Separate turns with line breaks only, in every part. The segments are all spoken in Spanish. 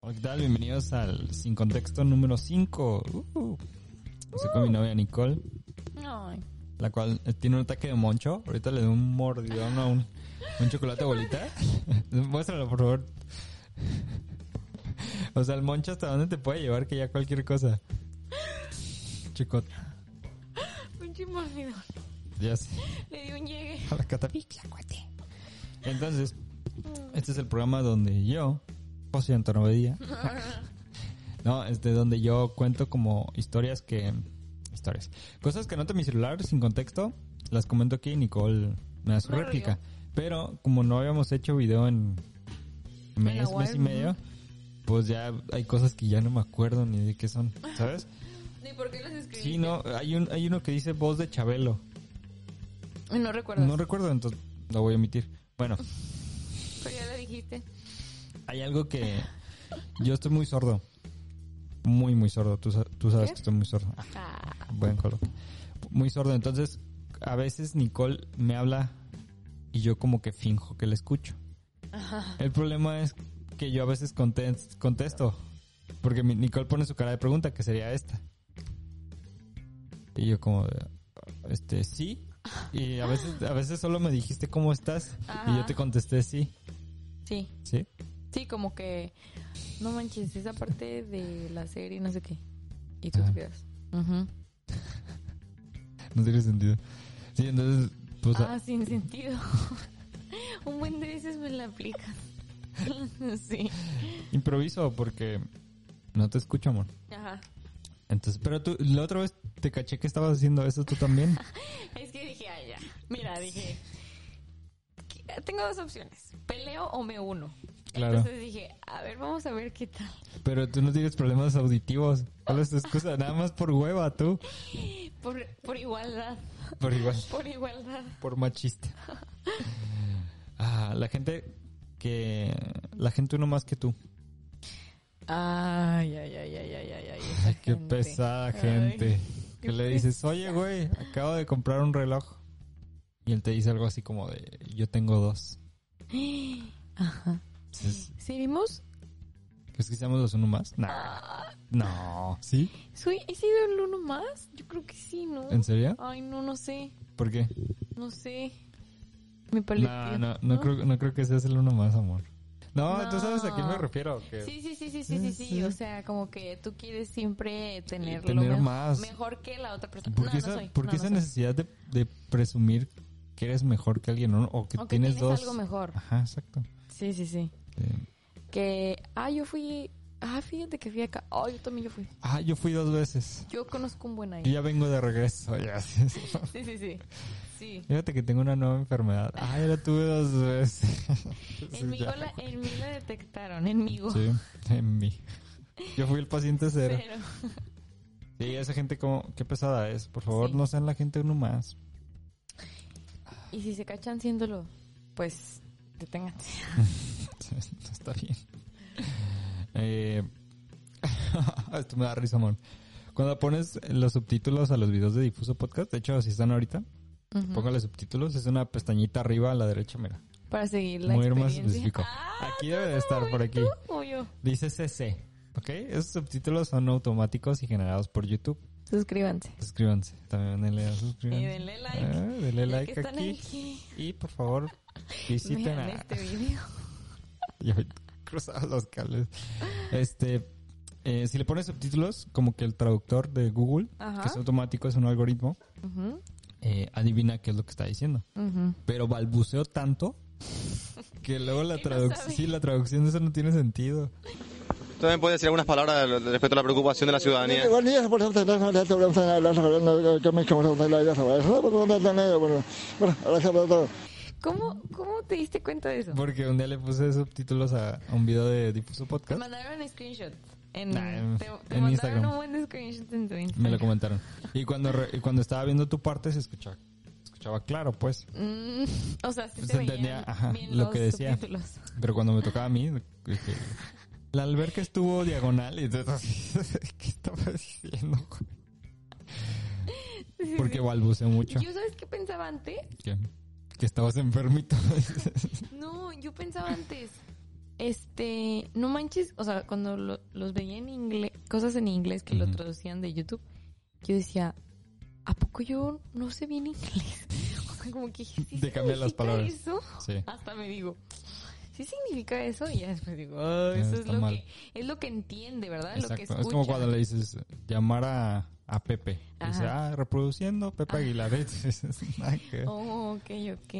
Hola, ¿qué tal? Bienvenidos al Sin Contexto número 5. Estoy con mi novia Nicole,
Ay.
la cual eh, tiene un ataque de moncho. Ahorita le doy un mordidón a un, un chocolate bolita. Muéstralo, por favor. O sea, el moncho hasta dónde te puede llevar que ya cualquier cosa. Chico,
Pinche mordido.
ya sé.
Le di un llegue.
A la catapixia, cuate. Entonces, este es el programa donde yo, José Antonio Bedía, no, este, donde yo cuento como historias que, historias, cosas que anoto en mi celular sin contexto, las comento aquí y Nicole me da su
Me
réplica. Pero como no habíamos hecho video en
la
mes,
web,
mes y
¿no?
medio, pues ya hay cosas que ya no me acuerdo ni de qué son, ¿sabes?
¿Y por qué los escribí?
Sí, no, hay, un, hay uno que dice voz de Chabelo.
No recuerdo.
No recuerdo, entonces lo voy a omitir. Bueno,
Pero ya lo dijiste.
Hay algo que yo estoy muy sordo. Muy, muy sordo. Tú, sa- tú sabes
¿Qué?
que estoy muy sordo. Ah,
Ah.
buen coloquio. Muy sordo. Entonces, a veces Nicole me habla y yo como que finjo que la escucho. El problema es que yo a veces contes- contesto. Porque mi- Nicole pone su cara de pregunta, que sería esta. Y yo como, de, este, sí. Y a veces, a veces solo me dijiste cómo estás. Y yo
Ajá.
te contesté sí.
Sí.
¿Sí?
Sí, como que. No manches, esa parte de la serie, no sé qué. Y tú
Ah.
te quedas. Ujú.
No tiene sentido. Sí, entonces, pues,
ah, sin sentido. un buen de veces me la aplicas. sí.
improviso porque no te escucho, amor.
Ajá.
Entonces, pero tú, la otra vez te caché que estabas haciendo eso tú también.
Es que dije, ah, ya. Mira, dije. que- Tengo dos opciones: peleo o me uno.
Claro.
Entonces dije, a ver, vamos a ver qué tal.
Pero tú no tienes problemas auditivos. ¿Cuál es tu excusa? Nada más por hueva, tú.
Por, por igualdad.
Por igual,
Por igualdad.
por machista. Ah, la gente que... La gente uno más que tú.
Ay, ay, ay, ay, ay, ay, ay. esa
Ay, qué
gente.
pesada
Ay,
gente. que
qué
le dices, oye, güey, acabo de comprar un reloj. Y él te dice algo así como de, yo tengo dos.
Ajá.
Entonces,
¿Seguimos?
¿Crees que seamos los uno más? Nah. No. ¿Sí?
¿Soy, ¿He sido el uno más? Yo creo que sí, ¿no?
¿En serio?
Ay, no, no sé.
¿Por qué?
No sé. Me
No,
paleteó.
no, no creo, no creo que seas el uno más, amor. No, tú sabes a quién me
No.
refiero. que-
Sí, sí, sí, sí, sí, sí, sí. O sea, como que tú quieres siempre tener, lo
Tener
mejor-
más.
Mejor que la otra persona.
¿Por qué
no,
esa,
no soy.
por
No,
qué
no
esa
soy.
necesidad de, de presumir que eres mejor que alguien o, no- o que
O que
tienes,
tienes
dos?
algo mejor.
Ajá, exacto.
Sí, sí, sí.
Eh,
Que, ah, yo fui... Ah, fíjate que fui acá. Oh, yo también yo fui.
ah, yo fui dos veces.
Yo conozco un buen ahí.
Yo ya vengo de regreso. ya.
Sí, sí, sí. Sí.
Fíjate que tengo una nueva enfermedad. Ah, ya la tuve dos veces. Sí,
En mí
Pues ya.
la, en mí la detectaron, en mí.
Sí, en mí. Yo fui el paciente cero.
Pero,
Sí, esa gente como, qué pesada es. Por favor,
Sí.
no sean la gente uno más.
y si se cachan siéndolo, pues deténganse.
No está bien. Eh, esto me da risa, amor. Cuando pones los subtítulos a los videos de Difuso Podcast, de hecho, si están ahorita, póngale subtítulos. Es una pestañita arriba a la derecha, mira.
Para seguir la
Muy más
experiencia.
específico.
Ah,
Aquí debe de estar, por aquí.
¿cómo yo?
Dice CC, ¿ok? Esos subtítulos son automáticos y generados por YouTube.
Suscríbanse.
Suscríbanse. También denle a suscríbanse.
Y denle like.
Ah, denle
Ya
like
que están
aquí.
aquí,
Y por favor, visiten
vean
a...
este video.
Ya me cruzaba los cables. Este, eh, si le pones subtítulos, como que el traductor de Google,
Ajá.
que es automático, es un algoritmo,
Ujú,
eh, adivina qué es lo que está diciendo.
ujú.
Pero balbuceo tanto que luego la
Que no
traducción,
sabe.
sí, la traducción de eso no tiene sentido.
¿Tú también puedes decir algunas palabras respecto a la preocupación de la ciudadanía?
Buen día, por suerte, las familias te abrazan, las familias que me- que me abrazan, las familias, bueno, bueno, bueno, gracias por todo.
¿Cómo, ¿Cómo te diste cuenta de eso?
Porque un día le puse subtítulos a un video de Difuso
Te
Podcast.
mandaron screenshots. En,
Nah, en-
te te
en
mandaron
Instagram.
un buen screenshot en tu Instagram.
Me lo comentaron. Y cuando, re- y cuando estaba viendo tu parte se escuchaba, escuchaba claro, pues.
Mm, o sea, sí
Pues
te veían
entendía, ajá,
bien
lo
los
que decía.
subtítulos.
Pero cuando me tocaba a mí, dije, la alberca estuvo diagonal y entonces, ¿qué estaba diciendo? güey? Porque balbuceo mucho.
¿Yo sabes qué pensaba antes?
Que, que estabas enfermito.
No, yo pensaba antes. Este, no manches, o sea, cuando lo- los veía en inglés, cosas en inglés que lo
Ujú.
traducían de YouTube, yo decía, ¿a poco yo no sé bien inglés? O sea, como que ¿sí
Te cambian las
significa
palabras.
eso?
Sí.
Hasta me digo, ¿sí significa eso? Y ya después digo, "Ah,
Sí,
eso es
está
lo,
mal.
que, es lo que entiende, ¿verdad? Ah, Lo que
Exacto.
escucha.
Es como cuando le dices llamar a, a Pepe. Y Dice,
Ajá.
ah, reproduciendo Pepe Aguilar. Nada que ver.
Oh, ok, ok.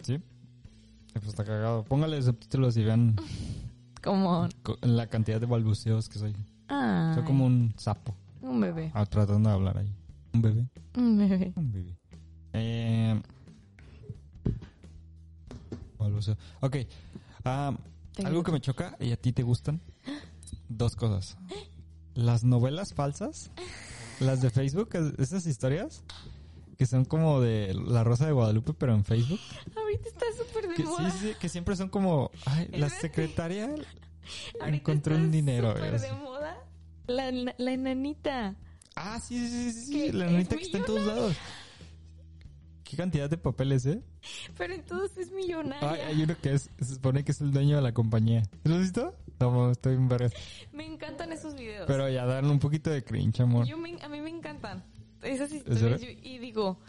Sí. Eh, Pues está cagado. Póngale subtítulos y vean
Como,
co- la cantidad de balbuceos que soy.
ah,
Soy como un sapo
un bebé,
ah, tratando de hablar ahí. Un bebé.
un bebé.
Un bebé. Eh, balbuceo. Ok. Ah,
Tengo-
algo que me choca y a ti te gustan. Dos cosas. Las novelas falsas. Las de Facebook. es- Esas historias. Que son como de La Rosa de Guadalupe, pero en Facebook.
Ahorita está súper de
Que,
moda.
sí, sí, que siempre son como, ay, la
Espérate.
secretaria
Ahorita
encontró
está
un dinero.
súper
güey.
de moda. La, la, la enanita.
Ah, sí, sí, sí, sí,
Que
la
es
neta que está en todos lados. Qué cantidad de papeles, ¿eh?
Pero entonces es
Ay,
millonaria.
hay uno que es, se supone que es el dueño de la compañía. ¿Lo has visto? No, estoy en vergas.
Me encantan esos videos.
Pero ya dan un poquito de cringe, amor.
Yo me- a mí me encantan esas
serio?
historias. yo- y digo,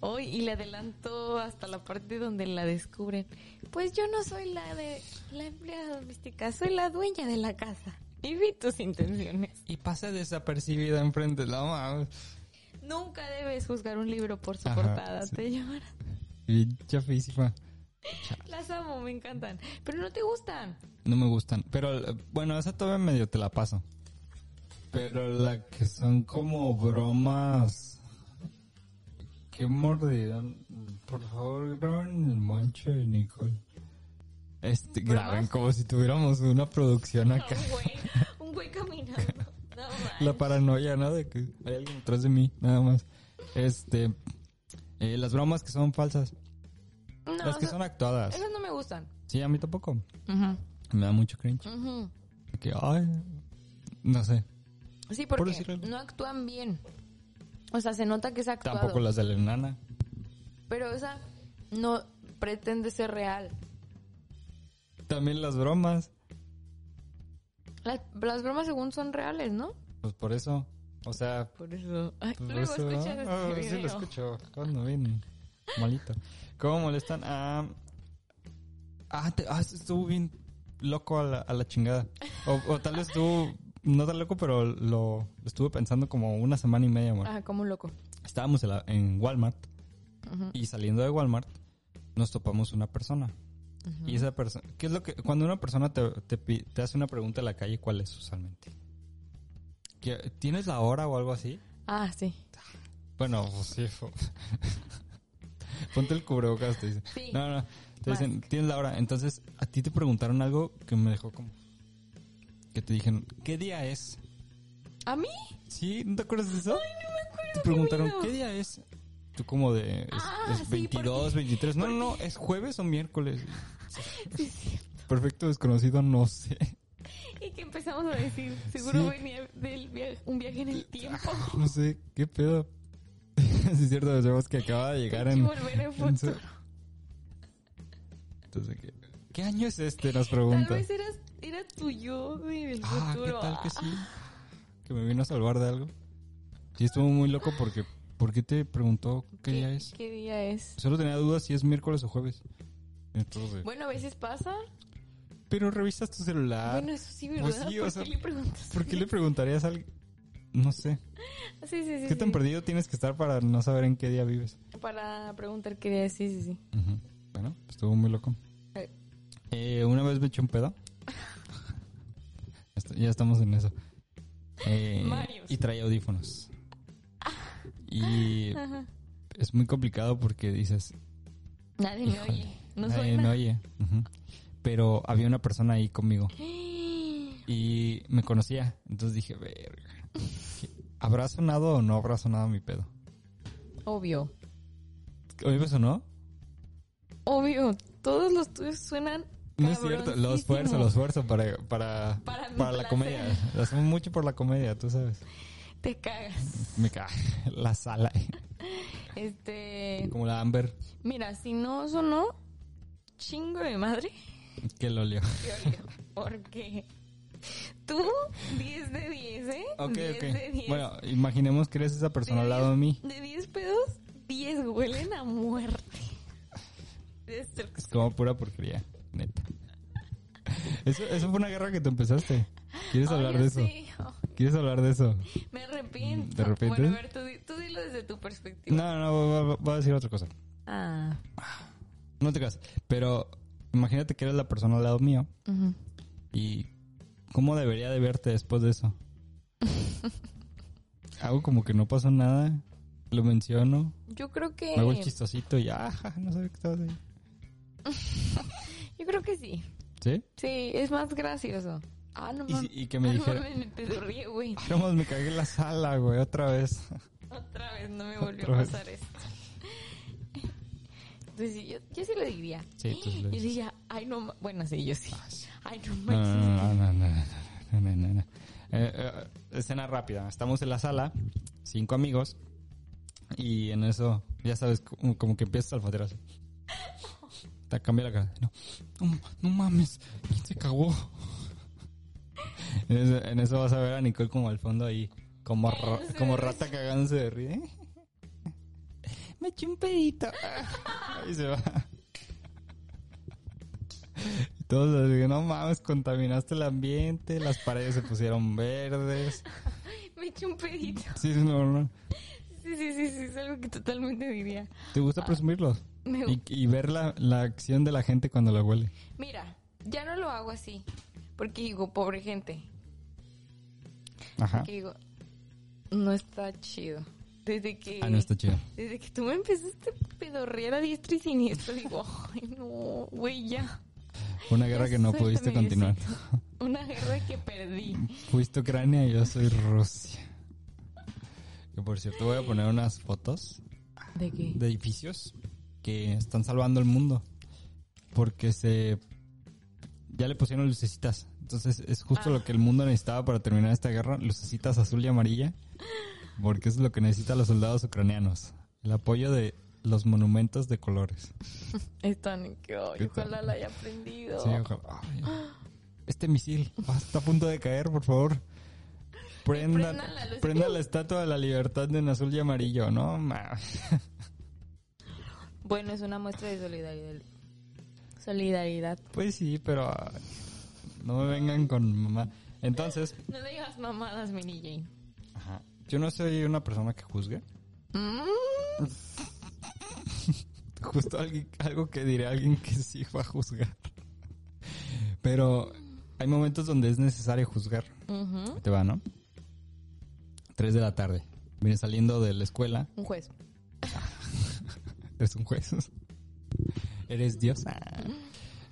hoy y le adelanto hasta la parte donde la descubren. Pues yo no soy la de la empleada doméstica, soy la dueña de la casa. Y vi tus intenciones.
Y pasa desapercibida enfrente de la mamá.
Nunca debes juzgar un libro por su
Ajá,
portada.
sí.
Te llamarán.
Bien chafísima.
Las amo, me encantan. Pero no te gustan.
No me gustan. Pero eh, bueno, esa todavía medio te la paso. Pero la que son como bromas. ¿Qué mordirán? Por favor, graben el manche de Nicole. Este,
Pues
graben como si tuviéramos una producción
A
acá.
Un güey, un güey caminando. No manches.
La paranoia, ¿no? De que hay alguien detrás de mí, nada más. Este. eh, las bromas que son falsas.
No,
las que
o sea,
son actuadas.
esas no me gustan.
Sí, a mí tampoco. Me da mucho cringe.
Ujú.
Que, ay. No sé.
Sí,
Por
porque
decir algo.
no actúan bien. O sea, se nota que es actuado.
Tampoco las de la enana.
Pero esa no pretende ser real.
También las bromas.
Las, las bromas según son reales, ¿no?
Pues por eso. O sea,
Por eso. Ay,
pues
luego
por eso, ¿no?
escuchas
Ah,
este
sí lo
video.
escucho. Cuando vienen. Malito. ¿Cómo molestan? Ah, ah, te- ah, estuvo bien loco a la, a la chingada. O, o tal vez estuvo, no tan loco, pero lo, lo estuve pensando como una semana y media, amor.
Ah, como un loco.
Estábamos en, la- en Walmart y saliendo de Walmart nos topamos una persona. Y esa persona, ¿qué es lo que cuando una persona te, te pi- te hace una pregunta en la calle, cuál es usualmente? ¿Que- ¿Tienes la hora o algo así?
Ah, sí.
Bueno, pues sí. fue- Ponte el cubrebocas, te dicen.
Sí.
No, no, te dicen, tienes la hora. Entonces, a ti te preguntaron algo que me dejó como que te dijeron, "¿Qué día es?"
¿A mí?
¿Sí? ¿No te acuerdas de eso? Te preguntaron,
miedo.
¿qué día es? Tú como de... Es,
Ah,
es
sí,
22, 23. No, no, no, es jueves o miércoles. Perfecto desconocido, no sé.
Y que empezamos a decir, seguro
Sí.
venía del viaje, un viaje en el tiempo.
No sé, qué pedo. Sí, es cierto, sabemos que acaba de llegar
Y
en...
volver al
en su-
futuro.
Entonces, ¿qué, qué año es este? Nos
Tal
pregunta.
vez eras, era tu yo del
Ah, ¿qué
futuro.
tal que sí? Que me vino a salvar de algo. Sí, estuvo muy loco porque... ¿Por qué te preguntó qué día es?
¿Qué día es?
Solo tenía dudas si es miércoles o jueves. Entonces...
Bueno, a veces pasa.
Pero revisas tu celular.
bueno, eso sí, ¿verdad?
pues sí, o
¿Por
sea,
qué le preguntas?
¿Por qué le preguntarías a alguien? No sé.
Sí, sí, sí.
¿Qué tan
sí.
perdido tienes que estar para no saber en qué día vives?
Para preguntar qué día es, sí, sí, sí.
Ujú. Bueno, estuvo muy loco.
Eh.
Eh, una vez me eché un pedo. Est- ya estamos en eso. Eh,
Varios.
y traía audífonos.
Ah.
Y es muy complicado porque dices,
Nadie me oye. No
Nadie
soy
me
nada.
oye. Ujú. Pero había una persona ahí conmigo y me conocía. Entonces dije, verga. ¿Habrá sonado o no habrá sonado mi pedo?
Obvio.
¿Hoy me sonó?
Obvio. Todos los tuyos suenan.
No es cierto, lo esfuerzo, lo
cabroncísimo.
esfuerzo para, para,
Para mi
para la
placer.
comedia. Lo hacemos mucho por la comedia, tú sabes.
Te cagas.
Me cae la sala, eh,
Este.
como la Amber
Mira, si no sonó, chingo de madre.
que lo olió.
te olió, Porque tú, 10 de 10, ¿eh?
Ok,
10 de 10.
ok. Bueno, imaginemos que eres esa persona al lado de mí.
De 10 pedos, 10 huelen a muerte. Destrucción.
Es como pura porquería, neta. Eso, eso fue una guerra que tú empezaste. ¿Quieres
Ay,
hablar
yo
de eso?
sí. Oh,
¿Quieres hablar de eso?
me arrepiento.
¿Te arrepientes?
Bueno, a ver, tú, di- tú dilo desde tu perspectiva.
No, no, voy- voy- voy a decir otra cosa.
Ah.
No te creas. Pero imagínate que eres la persona al lado mío
ujú.
y ¿cómo debería de verte después de eso? Hago como que no pasó nada, lo menciono,
Yo creo que.
me hago el chistosito y ajá, no sabía que estabas ahí.
Yo creo que sí.
¿Sí?
Sí, es más gracioso. Ah, no
Y, si-
mames.
y que me
Ah, no
dijera,
mames, me pedorríe, güey.
"Ah, no mames, me cagué en la sala, güey, otra vez.
Otra vez no me volvió
Otra
a
vez.
pasar esto. Entonces, sí, yo, yo sí lo diría.
Sí, tú sí lo
yo
dices. Ah,
diría, ay, no. ma- Bueno, sí, yo sí. Ay, no
No,
manches.
no, no, no, no, no, no, no, no, no. Eh, eh, escena rápida. Estamos en la sala, cinco amigos, y en eso, ya sabes, como, como que empiezas a alfatear así. Te cambia la cara. No, no, no mames, ¿quién se cagó? En eso, en eso vas a ver a Nicole como al fondo ahí, como, ra- como rata cagándose de ríe. Me eché un pedito. Ahí se va. Y Todos así, de, no mames, contaminaste el ambiente, las paredes se pusieron verdes.
Me eché un pedito.
Sí, sí, no, no.
Sí, sí, sí, sí, es algo que totalmente diría.
¿Te gusta presumirlos?
Me-
Y, y ver la, la acción de la gente cuando la huele.
Mira, ya no lo hago así. Porque digo, pobre gente.
Ajá.
Que digo, no está chido. Desde que.
Ah, no, está chido.
Desde que tú me empezaste a pedorrear a diestra y siniestra, digo, ay, no, güey, ya.
Una guerra
Ya
que no
suéltame,
pudiste continuar.
Diosito. Una guerra que perdí.
Fuiste Ucrania y yo soy Rusia. Que por cierto, voy a poner unas fotos
¿De qué?
de edificios que están salvando el mundo. Porque se. Ya le pusieron lucecitas. Entonces es justo
Ah.
lo que el mundo necesitaba para terminar esta guerra: lucecitas azul y amarilla. Porque eso es lo que necesitan los soldados ucranianos: el apoyo de los monumentos de colores.
Están que, ay,
¿Qué tal?
ojalá la haya aprendido.
Sí, ojalá. Ay, este misil va- está a punto de caer, por favor. Prenda,
Prendan la luz.
prenda la estatua de la libertad en azul y amarillo, ¿no? ma?
Bueno, es una muestra de solidaridad. Solidaridad.
Pues sí, pero ah, no me vengan con mamá. Entonces,
No digas mamadas, mini Jane.
ajá, yo no soy una persona que juzgue.
Mm,
Justo alguien- algo que diré a alguien que sí va a juzgar. Pero hay momentos donde es necesario juzgar.
ujú.
Ahí Te va, ¿no? Tres de la tarde. Viene saliendo de la escuela.
Un juez.
Eres un juez. Eres Dios. Ah.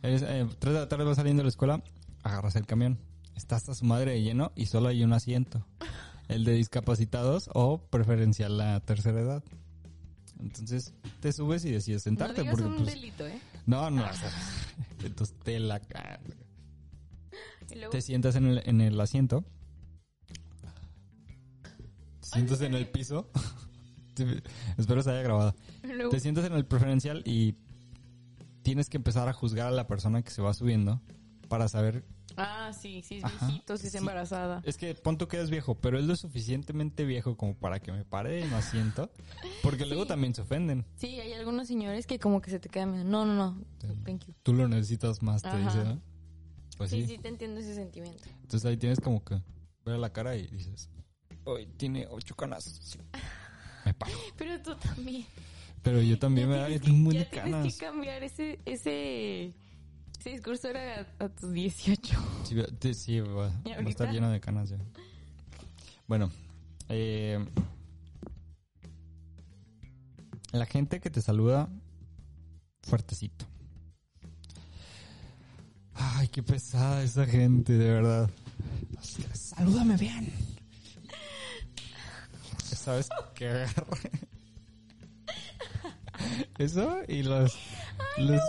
Eres, eh, tres de la tarde vas saliendo de la escuela, agarras el camión. Está hasta su madre de lleno y solo hay un asiento. El de discapacitados o preferencial la tercera edad. Entonces te subes y decides
No
sentarte.
digas
porque,
un
pues,
delito, ¿eh?
no, no. o sea, Entonces te la carga
Y luego,
te sientas en el, en el asiento. Te sientas en el piso. Te- Espero se haya grabado.
luego-
Te sientas en el preferencial y tienes que empezar a juzgar a la persona que se va subiendo para saber.
Ah, sí, sí, es
Ajá.
viejito, sí es
Sí.
embarazada.
Es que pon tú que eres viejo, pero es lo suficientemente viejo como para que me pare en el asiento. Porque luego también se ofenden.
Sí, hay algunos señores que como que se te quedan mirando. No, no, no. Thank you.
Tú lo necesitas más, te
Ajá.
dice, ¿no? Pues
Sí,
sí.
sí, te entiendo ese sentimiento.
Entonces ahí tienes como que ver la cara y dices, hoy tiene ocho canas. Me paro.
Pero tú también.
Pero yo también me
Ya
da
tienes
es muy
que-
de
ya tienes
canas.
que cambiar ese, ese, ese discurso era a, a tus 18.
Sí, va- te- sí, va,
¿Y
va a
ahorita?
estar lleno de canas ya. Bueno, eh, la gente que te saluda fuertecito. Ay, qué pesada esa gente, de verdad. Ostras, Salúdame bien. ¿Sabes qué? agarré? Eso y los... los-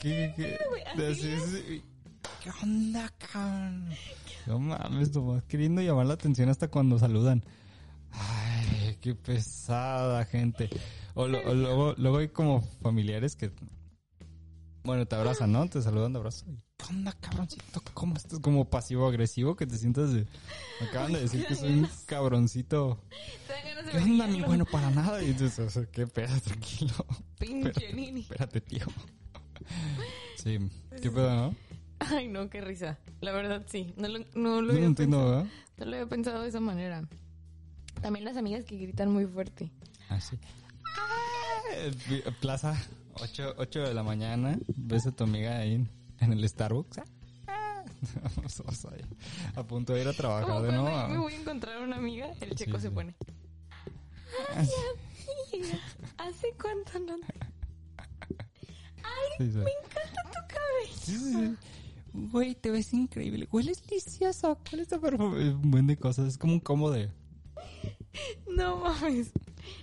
¿Qué, qué, qué? Así es. ¿Qué onda, cabrón? No mames, nomás queriendo llamar la atención hasta cuando saludan. Ay, qué pesada gente. O, lo- o luego, luego hay como familiares que... Bueno, te abrazan, ¿no? Te saludan de abrazo. ¿Qué onda, cabroncito? ¿Cómo estás? Como pasivo-agresivo que te sientas de... Me acaban de decir que soy un cabroncito.
Te dan ganas de
¿Qué onda, mi
venirlo.
bueno? Para nada. Y dices, o sea, qué pedo, tranquilo.
Pinche
Espérate,
nini.
Espérate, tío. Sí, qué pedo, ¿no?
Ay, no, qué risa. La verdad, sí. No lo, no lo
No lo
había
entiendo,
pensado.
¿verdad?
No lo había pensado de esa manera. También las amigas que gritan muy fuerte.
Así. Ah, Plaza, 8, de la mañana. Ves a tu amiga ahí en, en el Starbucks. Ah, Vamos, vamos ahí. A punto de ir a trabajar
Como
de
cuando
nuevo.
Oh, me voy a encontrar una amiga, el checo
sí.
se pone. Ay, amiga, ¿hace cuánto no te...
Sí, sí.
Me encanta tu cabello.
Sí, sí, sí. Güey, te ves increíble. Hueles delicioso. ¿Cuál es tu perfume? Un buen de cosas. Es como un combo de.
No mames.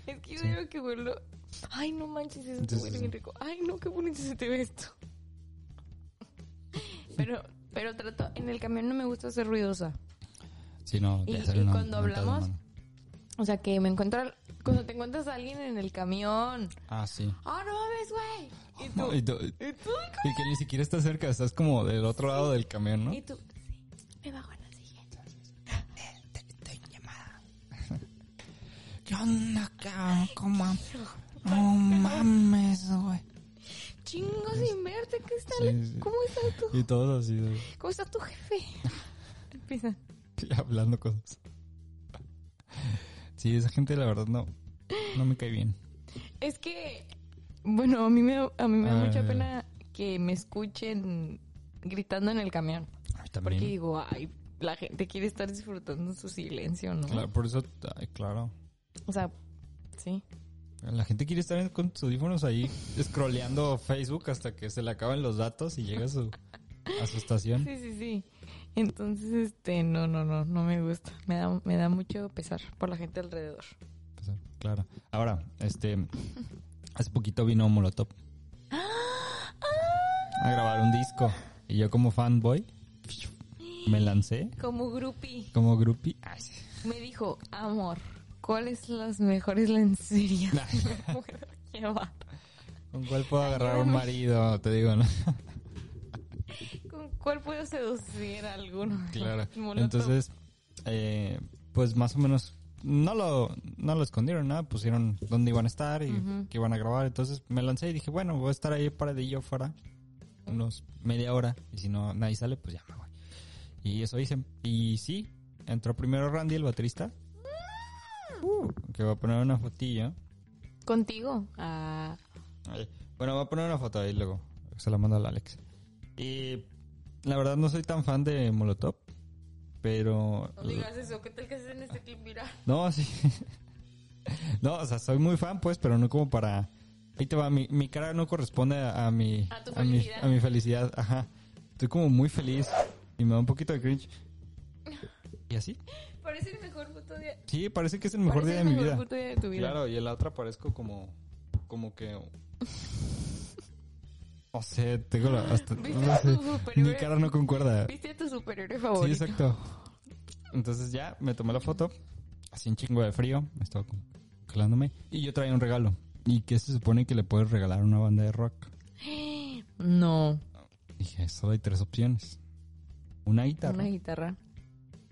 Es que yo digo que vuelo. Ay, no manches, eso te
Entonces,
huele bien rico. Ay, no, qué bonito se te ve esto. Pero, pero trato, en el camión no me gusta ser ruidosa.
Sí, no.
Y-
ya sale
y
una
cuando
mentada de
hablamos-
mano.
O sea, que me encuentro, cuando te encuentras a alguien en el camión.
Ah, sí.
¡Ah, no mames, güey! Y
No, y
tú,
tú-
y tú,
y que ni siquiera estás cerca. Estás como del otro lado del camión, ¿no?
y tú, sí, me bajo en la siguiente.
Estoy en llamada. ¿Qué onda, cabrón? ¿Cómo? No mames, güey.
Chingo sin verte, ¿qué tal?
Sí, sí.
¿Cómo estás tú?
Y todos así, de-
¿Cómo está tu jefe? Empiezan.
y hablando cosas. Sí, esa gente la verdad no, no me cae bien.
Es que, bueno, a mí me, a mí me da
Ah,
mucha
ya.
pena que me escuchen gritando en el camión.
A mí
Porque digo, ay, la gente quiere estar disfrutando su silencio, ¿no?
Claro, por eso, ay, claro.
O sea, sí.
La gente quiere estar en- con sus audífonos ahí scrolleando Facebook hasta que se le acaben los datos y llega a su, a su estación.
Sí, sí, sí. Entonces, este, no, no, no, no me gusta. Me da, me da mucho pesar por la gente alrededor.
Pues, claro. Ahora, este. Hace poquito vino Molotov. A grabar un disco. Y yo, como fanboy, me lancé.
Como grupi,
Como groupie. Ay, sí.
me dijo, amor, ¿cuáles las mejores lencerías que puedo llevar?
¿Con cuál puedo agarrar un marido? Te digo, ¿no?
¿Con cuál puedo seducir a alguno?
Claro.
Molotov.
Entonces, eh, pues más o menos no lo, no lo escondieron nada, pusieron dónde iban a estar y qué iban a grabar. Entonces me lancé y dije, bueno, voy a estar ahí para de yo fuera unos media hora y si no nadie sale, pues ya me voy. Y eso hice. Y sí, entró primero Randy, el baterista, Uh, que va a poner una fotilla.
Contigo. Ah,
Ay, Bueno, voy a poner una foto ahí luego. Se la mando al Alex. Y la verdad no soy tan fan de Molotov, pero...
no digas eso, ¿qué tal que haces en este clip? Mira.
No, sí. No, o sea, soy muy fan, pues, pero no como para... Ahí te va, mi, mi cara no corresponde a, a mi...
A tu
mi,
felicidad.
a mi felicidad, ajá. Estoy como muy feliz y me da un poquito de cringe. ¿Y así?
Parece el mejor foto de,
Sí, parece que es el mejor
parece
día de
el
mi
mejor
vida.
foto de tu vida.
Claro, y en la otra parezco como. Como que. No sé, tengo la. Hasta,
¿Viste
no sé,
tu superhéroe?
mi cara no concuerda.
¿Viste a tu superhéroe
Sí,
favorito?
exacto. Entonces ya me tomé la foto. Así un chingo de frío. Estaba como calándome. Y yo traía un regalo. ¿Y qué se supone que le puedes regalar a una banda de rock?
No,
Dije, solo hay tres opciones: una guitarra,
una
una,
guitarra,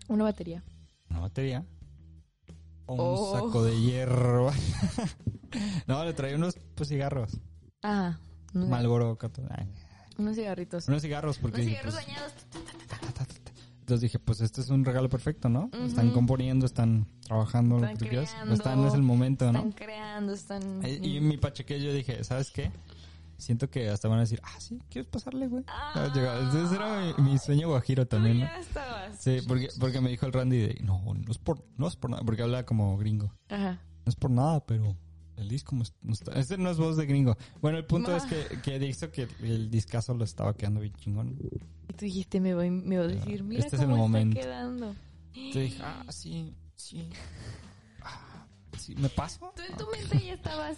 una batería.
batería o un
Oh.
saco de hierro. no, le traía unos pues, cigarros.
Ah, no,
Malboro, Cato- ay,
unos cigarritos.
unos cigarros porque
Unos
dije,
cigarros
pues,
dañados.
ta, ta, ta, ta. entonces dije, pues este es un regalo perfecto, ¿no? Están componiendo, están trabajando, lo
Están
que tú quieras.
creando,
Están es el momento,
Están
¿no?
creando, están... Mm.
Eh, Y en mi pachequillo dije, ¿sabes qué? Siento que hasta van a decir, ah, sí, ¿quieres pasarle, güey?
Ah.
Llegaba- Entonces era mi, mi sueño guajiro
Tú
también, ¿no?
ya estabas.
Sí, porque, porque me dijo el Randy de, no, no es por, no es por nada, porque habla como gringo.
Ajá.
No es por nada, pero el disco no es- no está. Este no es voz de gringo. Bueno, el punto es que, que dijo que el discazo lo estaba quedando bien chingón.
Y tú dijiste, me voy, me voy a decir, mira
Este es el
cómo
momento.
está quedando.
Te dije, ah, sí, sí. Ah, sí, ¿Me paso?
Tú en tu mente ya estabas.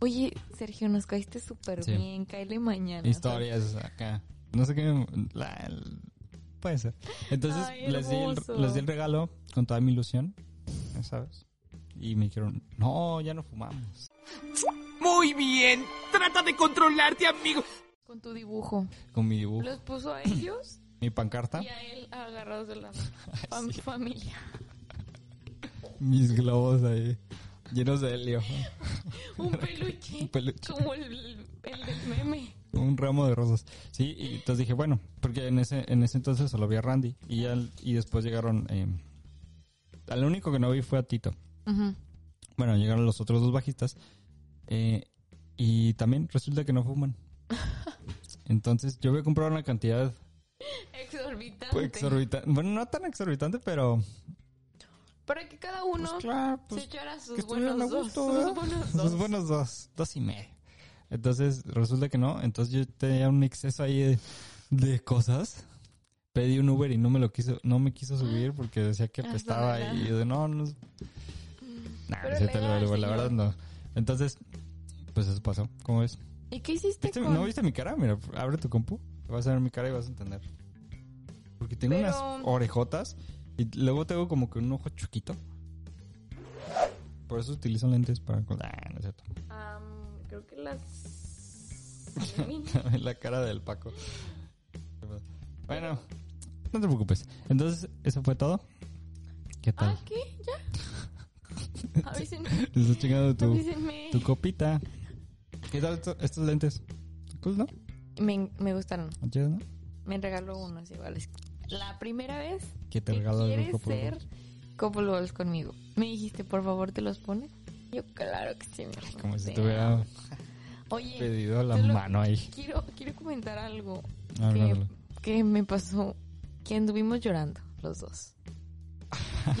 Oye, Sergio, nos caíste súper
Sí.
bien, cáele mañana.
Historias acá. No sé qué. me- la- el- puede ser. Entonces
Ay,
les, di el,
hermoso.
les di el regalo con toda mi ilusión, ya ¿sabes? Y me dijeron, no, ya no fumamos.
Muy bien. Trata de controlarte, amigo.
Con tu dibujo.
Con mi dibujo,
Los puso a ellos
mi pancarta,
y a él agarrados de la mano. Fam- familia.
mis globos ahí, llenos de helio,
Un peluche.
un peluche.
Como el, el del meme.
un ramo de rosas. Sí, y entonces dije, bueno, porque en ese, en ese entonces solo vi a Randy. Y, ya- y después llegaron. Eh, al único que no vi fue a Tito. Bueno, llegaron los otros dos bajistas. eh, y también resulta que no fuman. Entonces yo voy a comprar una cantidad
Exorbitante.
pues, exorbitante. Bueno, no tan exorbitante, pero.
Para que cada uno
Pues claro, pues.
se echara sus
que estuvieran a
buenos dos.
gusto,
sus
¿verdad?
buenos
Sus
dos.
buenos dos. Dos y medio. Entonces, resulta que no. Entonces, yo tenía un exceso ahí de, de cosas. Pedí un Uber y no me lo quiso, no me quiso subir porque decía que
Ah,
apestaba
¿verdad? Mm.
y yo de no, no. es- Nah,
Pero
no sé, te lo
legal,
devuelvo, la verdad
señor.
no. Entonces, pues eso pasó. ¿Cómo ves?
¿Y qué hiciste
¿Viste-
con...?
¿No viste mi cara? Mira, abre tu compu. Vas a ver mi cara y vas a entender. Porque tengo
Pero-
unas orejotas y luego tengo como que un ojo chiquito. Por eso utilizo lentes para... Ah, no es cierto.
Am, creo que las... elimina.
la cara del Paco. Bueno, no te preocupes. Entonces, ¿eso fue todo? ¿Qué tal?
ah, ¿qué? ¿Ya? Avísenme,
Les he chingado tu,
avísenme.
tu copita. ¿Qué tal esto- estos lentes? Cool, ¿no?
Me, me gustaron.
¿Chidos, no?
Me regaló unos iguales. La primera vez
Que te
que
regalo el
quieres
grupo.
ser couple goals conmigo. Me dijiste, por favor, ¿te los pones? Yo, claro que sí, mi amor,
Como si
te
te hubiera
amo. Oye,
pedido la
solo
mano ahí.
Quiero, quiero comentar algo
A ver,
que,
ándale.
que me pasó. Que anduvimos llorando, los dos.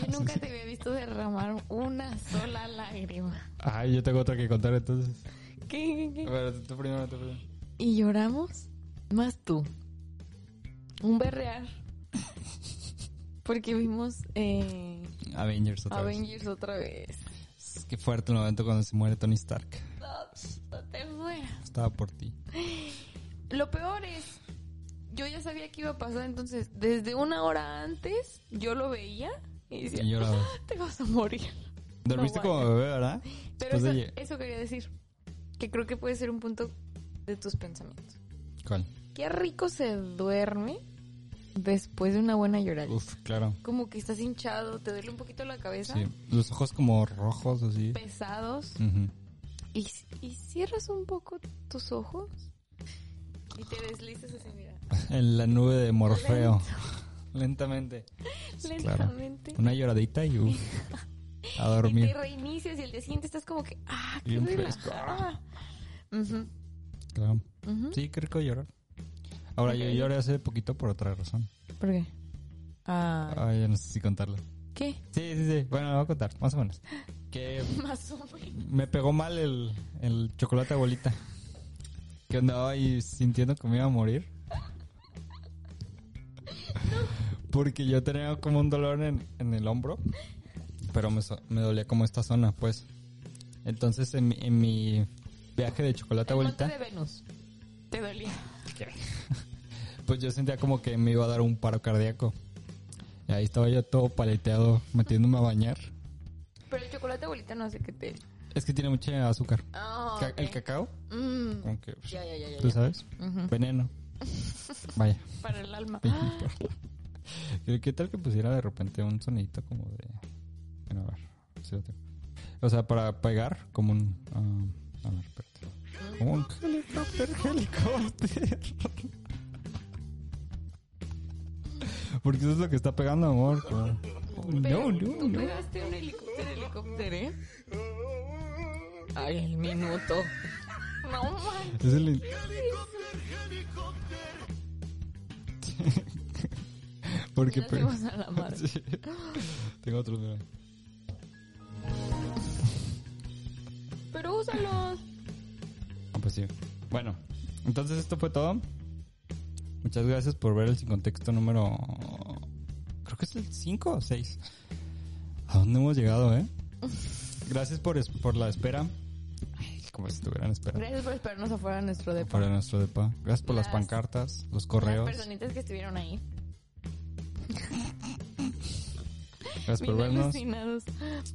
Yo nunca te había visto derramar una sola lágrima.
Ay, yo tengo otra que contar entonces.
¿Qué, qué, qué?
A ver, tú primero, tú primero.
y lloramos más tú. Un berrear. Porque vimos eh,
Avengers otra
Avengers otra vez.
vez. Qué fuerte el momento cuando se muere Tony Stark.
No, no te mueras.
Estaba por ti.
Lo peor es, yo ya sabía que iba a pasar, entonces desde una hora antes yo lo veía y decía, "Ah,
Y lloraba.
te vas a morir.
Dormiste
bueno.
como bebé, ¿verdad?
Pero
Después de
eso,
lle-
eso quería decir, que creo que puede ser un punto de tus pensamientos.
¿Cuál?
Qué rico se duerme después de una buena llorada.
Uf, claro.
Como que estás hinchado, te duele un poquito la cabeza,
Sí. Los ojos como rojos, así.
pesados,
Ujú.
y, y cierras un poco tus ojos y te deslizas así, mira,
En la nube de Morfeo. Lentamente. pues, Claro.
lentamente.
Una lloradita y uf, a
Y te
dormir.
reinicias y el día siguiente estás como que, ah, qué Ah.
Bien fresco.
relajada. Ujú,
Claro.
ujú.
Sí, qué rico llorar. Ahora, yo
Ok.
lloré hace poquito por otra razón.
¿Por qué? Ah,
Ay, ya no sé si contarlo.
¿Qué?
Sí, sí, sí. Bueno, lo voy a contar, más o menos. Que
Más o menos.
me pegó mal el, el chocolate abuelita. Que andaba ahí sintiendo que me iba a morir. Porque yo tenía como un dolor en, en el hombro. Pero me, so- me dolía como esta zona, pues. Entonces en mi, en mi viaje de chocolate
El monte
abuelita,
de Venus. Te dolía.
pues yo sentía como que me iba a dar un paro cardíaco. Y ahí estaba yo todo paleteado, metiéndome a bañar.
Pero el chocolate abuelita no hace que te...
Es que tiene mucha azúcar.
Ah,
Ca-
ok.
El cacao,
Mm,
como que, pues,
ya, ya, ya, ya,
tú
ya.
sabes, veneno. Vaya.
Para el alma.
¿Qué- ¿Qué tal que pusiera de repente un sonidito como de... Bueno, a ver, sí lo tengo. O sea, para pegar como un... ah, a ver, espérate. Como un helicóptero, helicóptero. Porque eso es lo que está pegando, amor. como- Oh, no, no,
Tú
no.
pegaste un helicóptero, helicóptero, ¿eh? Ay, el minuto. No manches.
Es el... Porque...
Nos
pe-
fuimos Pues, a la madre.
Sí. Tengo otro. mira.
Pero úsalos.
Ah, Pues sí. Bueno, entonces esto fue todo. Muchas gracias por ver el sin contexto número. Creo que es el 5 o 6. ¿A dónde hemos llegado, eh? Gracias por, es- por la espera. Ay, como si estuvieran esperando.
Gracias por esperarnos afuera de nuestro depa.
Para nuestro depa. Gracias por las
Las-
pancartas, los
Las
correos.
personitas que estuvieron ahí.
Gracias Pues por
Bien
vernos.
alucinados.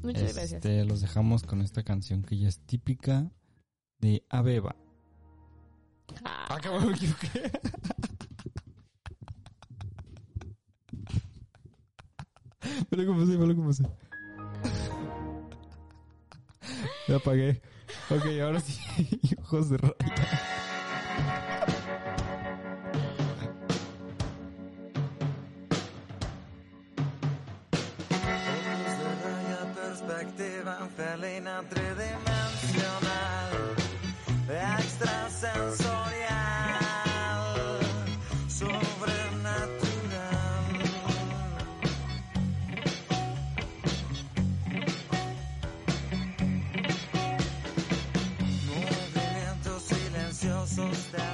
Muchas gracias.
Este, los dejamos con esta canción que ya es típica de Abeba.
Ah,
Ah, cabrón, me equivoqué. Pero como sé, pero como sé. Ya apagué. Ok, ahora sí. Ojos de rata.
Fotos de raya, perspectiva, felina tridimensional, extrasensorial, sobrenatural. Movimientos silenciosos de